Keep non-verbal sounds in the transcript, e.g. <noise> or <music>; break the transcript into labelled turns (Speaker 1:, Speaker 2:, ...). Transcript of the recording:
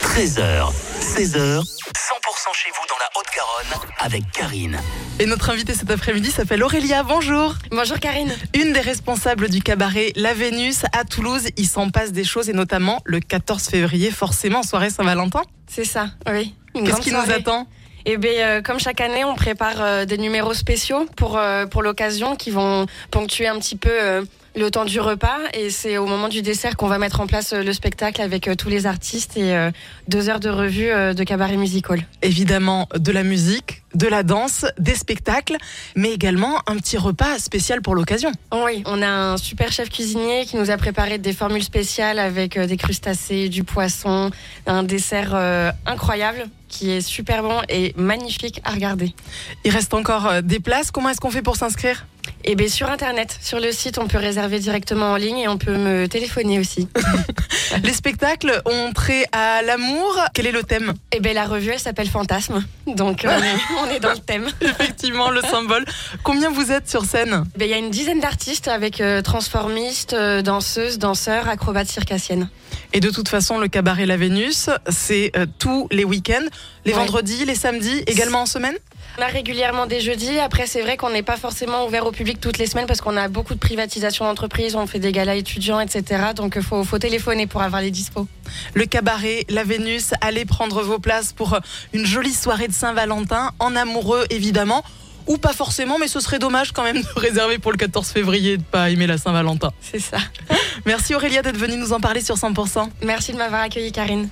Speaker 1: 13h, 16h, 100% chez vous dans la Haute-Garonne avec Karine.
Speaker 2: Et notre invitée cet après-midi s'appelle Aurélia, bonjour
Speaker 3: Bonjour Karine.
Speaker 2: Une des responsables du cabaret La Vénus à Toulouse, il s'en passe des choses et notamment le 14 février, forcément soirée Saint-Valentin.
Speaker 3: C'est ça, oui. Une
Speaker 2: Qu'est-ce
Speaker 3: grande
Speaker 2: qui nous
Speaker 3: soirée.
Speaker 2: attend
Speaker 3: Eh bien, euh, comme chaque année, on prépare euh, des numéros spéciaux pour, euh, pour l'occasion qui vont ponctuer un petit peu euh, le temps du repas. Et c'est au moment du dessert qu'on va mettre en place euh, le spectacle avec euh, tous les artistes et euh, deux heures de revue euh, de cabaret musical.
Speaker 2: Évidemment de la musique, de la danse, des spectacles, mais également un petit repas spécial pour l'occasion.
Speaker 3: Oh oui, on a un super chef cuisinier qui nous a préparé des formules spéciales avec euh, des crustacés, du poisson, un dessert euh, incroyable qui est super bon et magnifique à regarder.
Speaker 2: Il reste encore euh, des places, comment est-ce qu'on fait pour s'inscrire
Speaker 3: Eh bien, sur Internet, sur le site, on peut réserver directement en ligne et on peut me téléphoner aussi.
Speaker 2: Les spectacles ont trait à l'amour, quel est le thème
Speaker 3: Eh bien, la revue, elle s'appelle Fantasme. Donc, euh, on est- <laughs> on est dans le thème.
Speaker 2: Effectivement, le symbole. Combien vous êtes sur scène
Speaker 3: Eh ben, Il y a une dizaine d'artistes avec euh, transformistes, euh, danseuses, danseurs, acrobates circassiennes.
Speaker 2: Et de toute façon, le cabaret La Vénus, c'est euh, tous les week-ends, les
Speaker 3: Ouais.
Speaker 2: vendredis, les samedis, également en semaine.
Speaker 3: On a régulièrement des jeudis. Après, c'est vrai qu'on n'est pas forcément ouvert au public toutes les semaines parce qu'on a beaucoup de privatisations d'entreprises, on fait des galas étudiants, etc. Donc, il faut, faut téléphoner pour avoir les dispos.
Speaker 2: Le cabaret La Vénus, allez prendre vos places pour euh, une jolie soirée de Saint-Valentin, en amoureux évidemment, ou pas forcément, mais ce serait dommage quand même de <laughs> réserver pour le 14 février et de pas aimer la Saint-Valentin.
Speaker 3: C'est ça.
Speaker 2: Merci Aurélia d'être venue nous en parler sur 100%.
Speaker 3: Merci de m'avoir accueilli, Karine.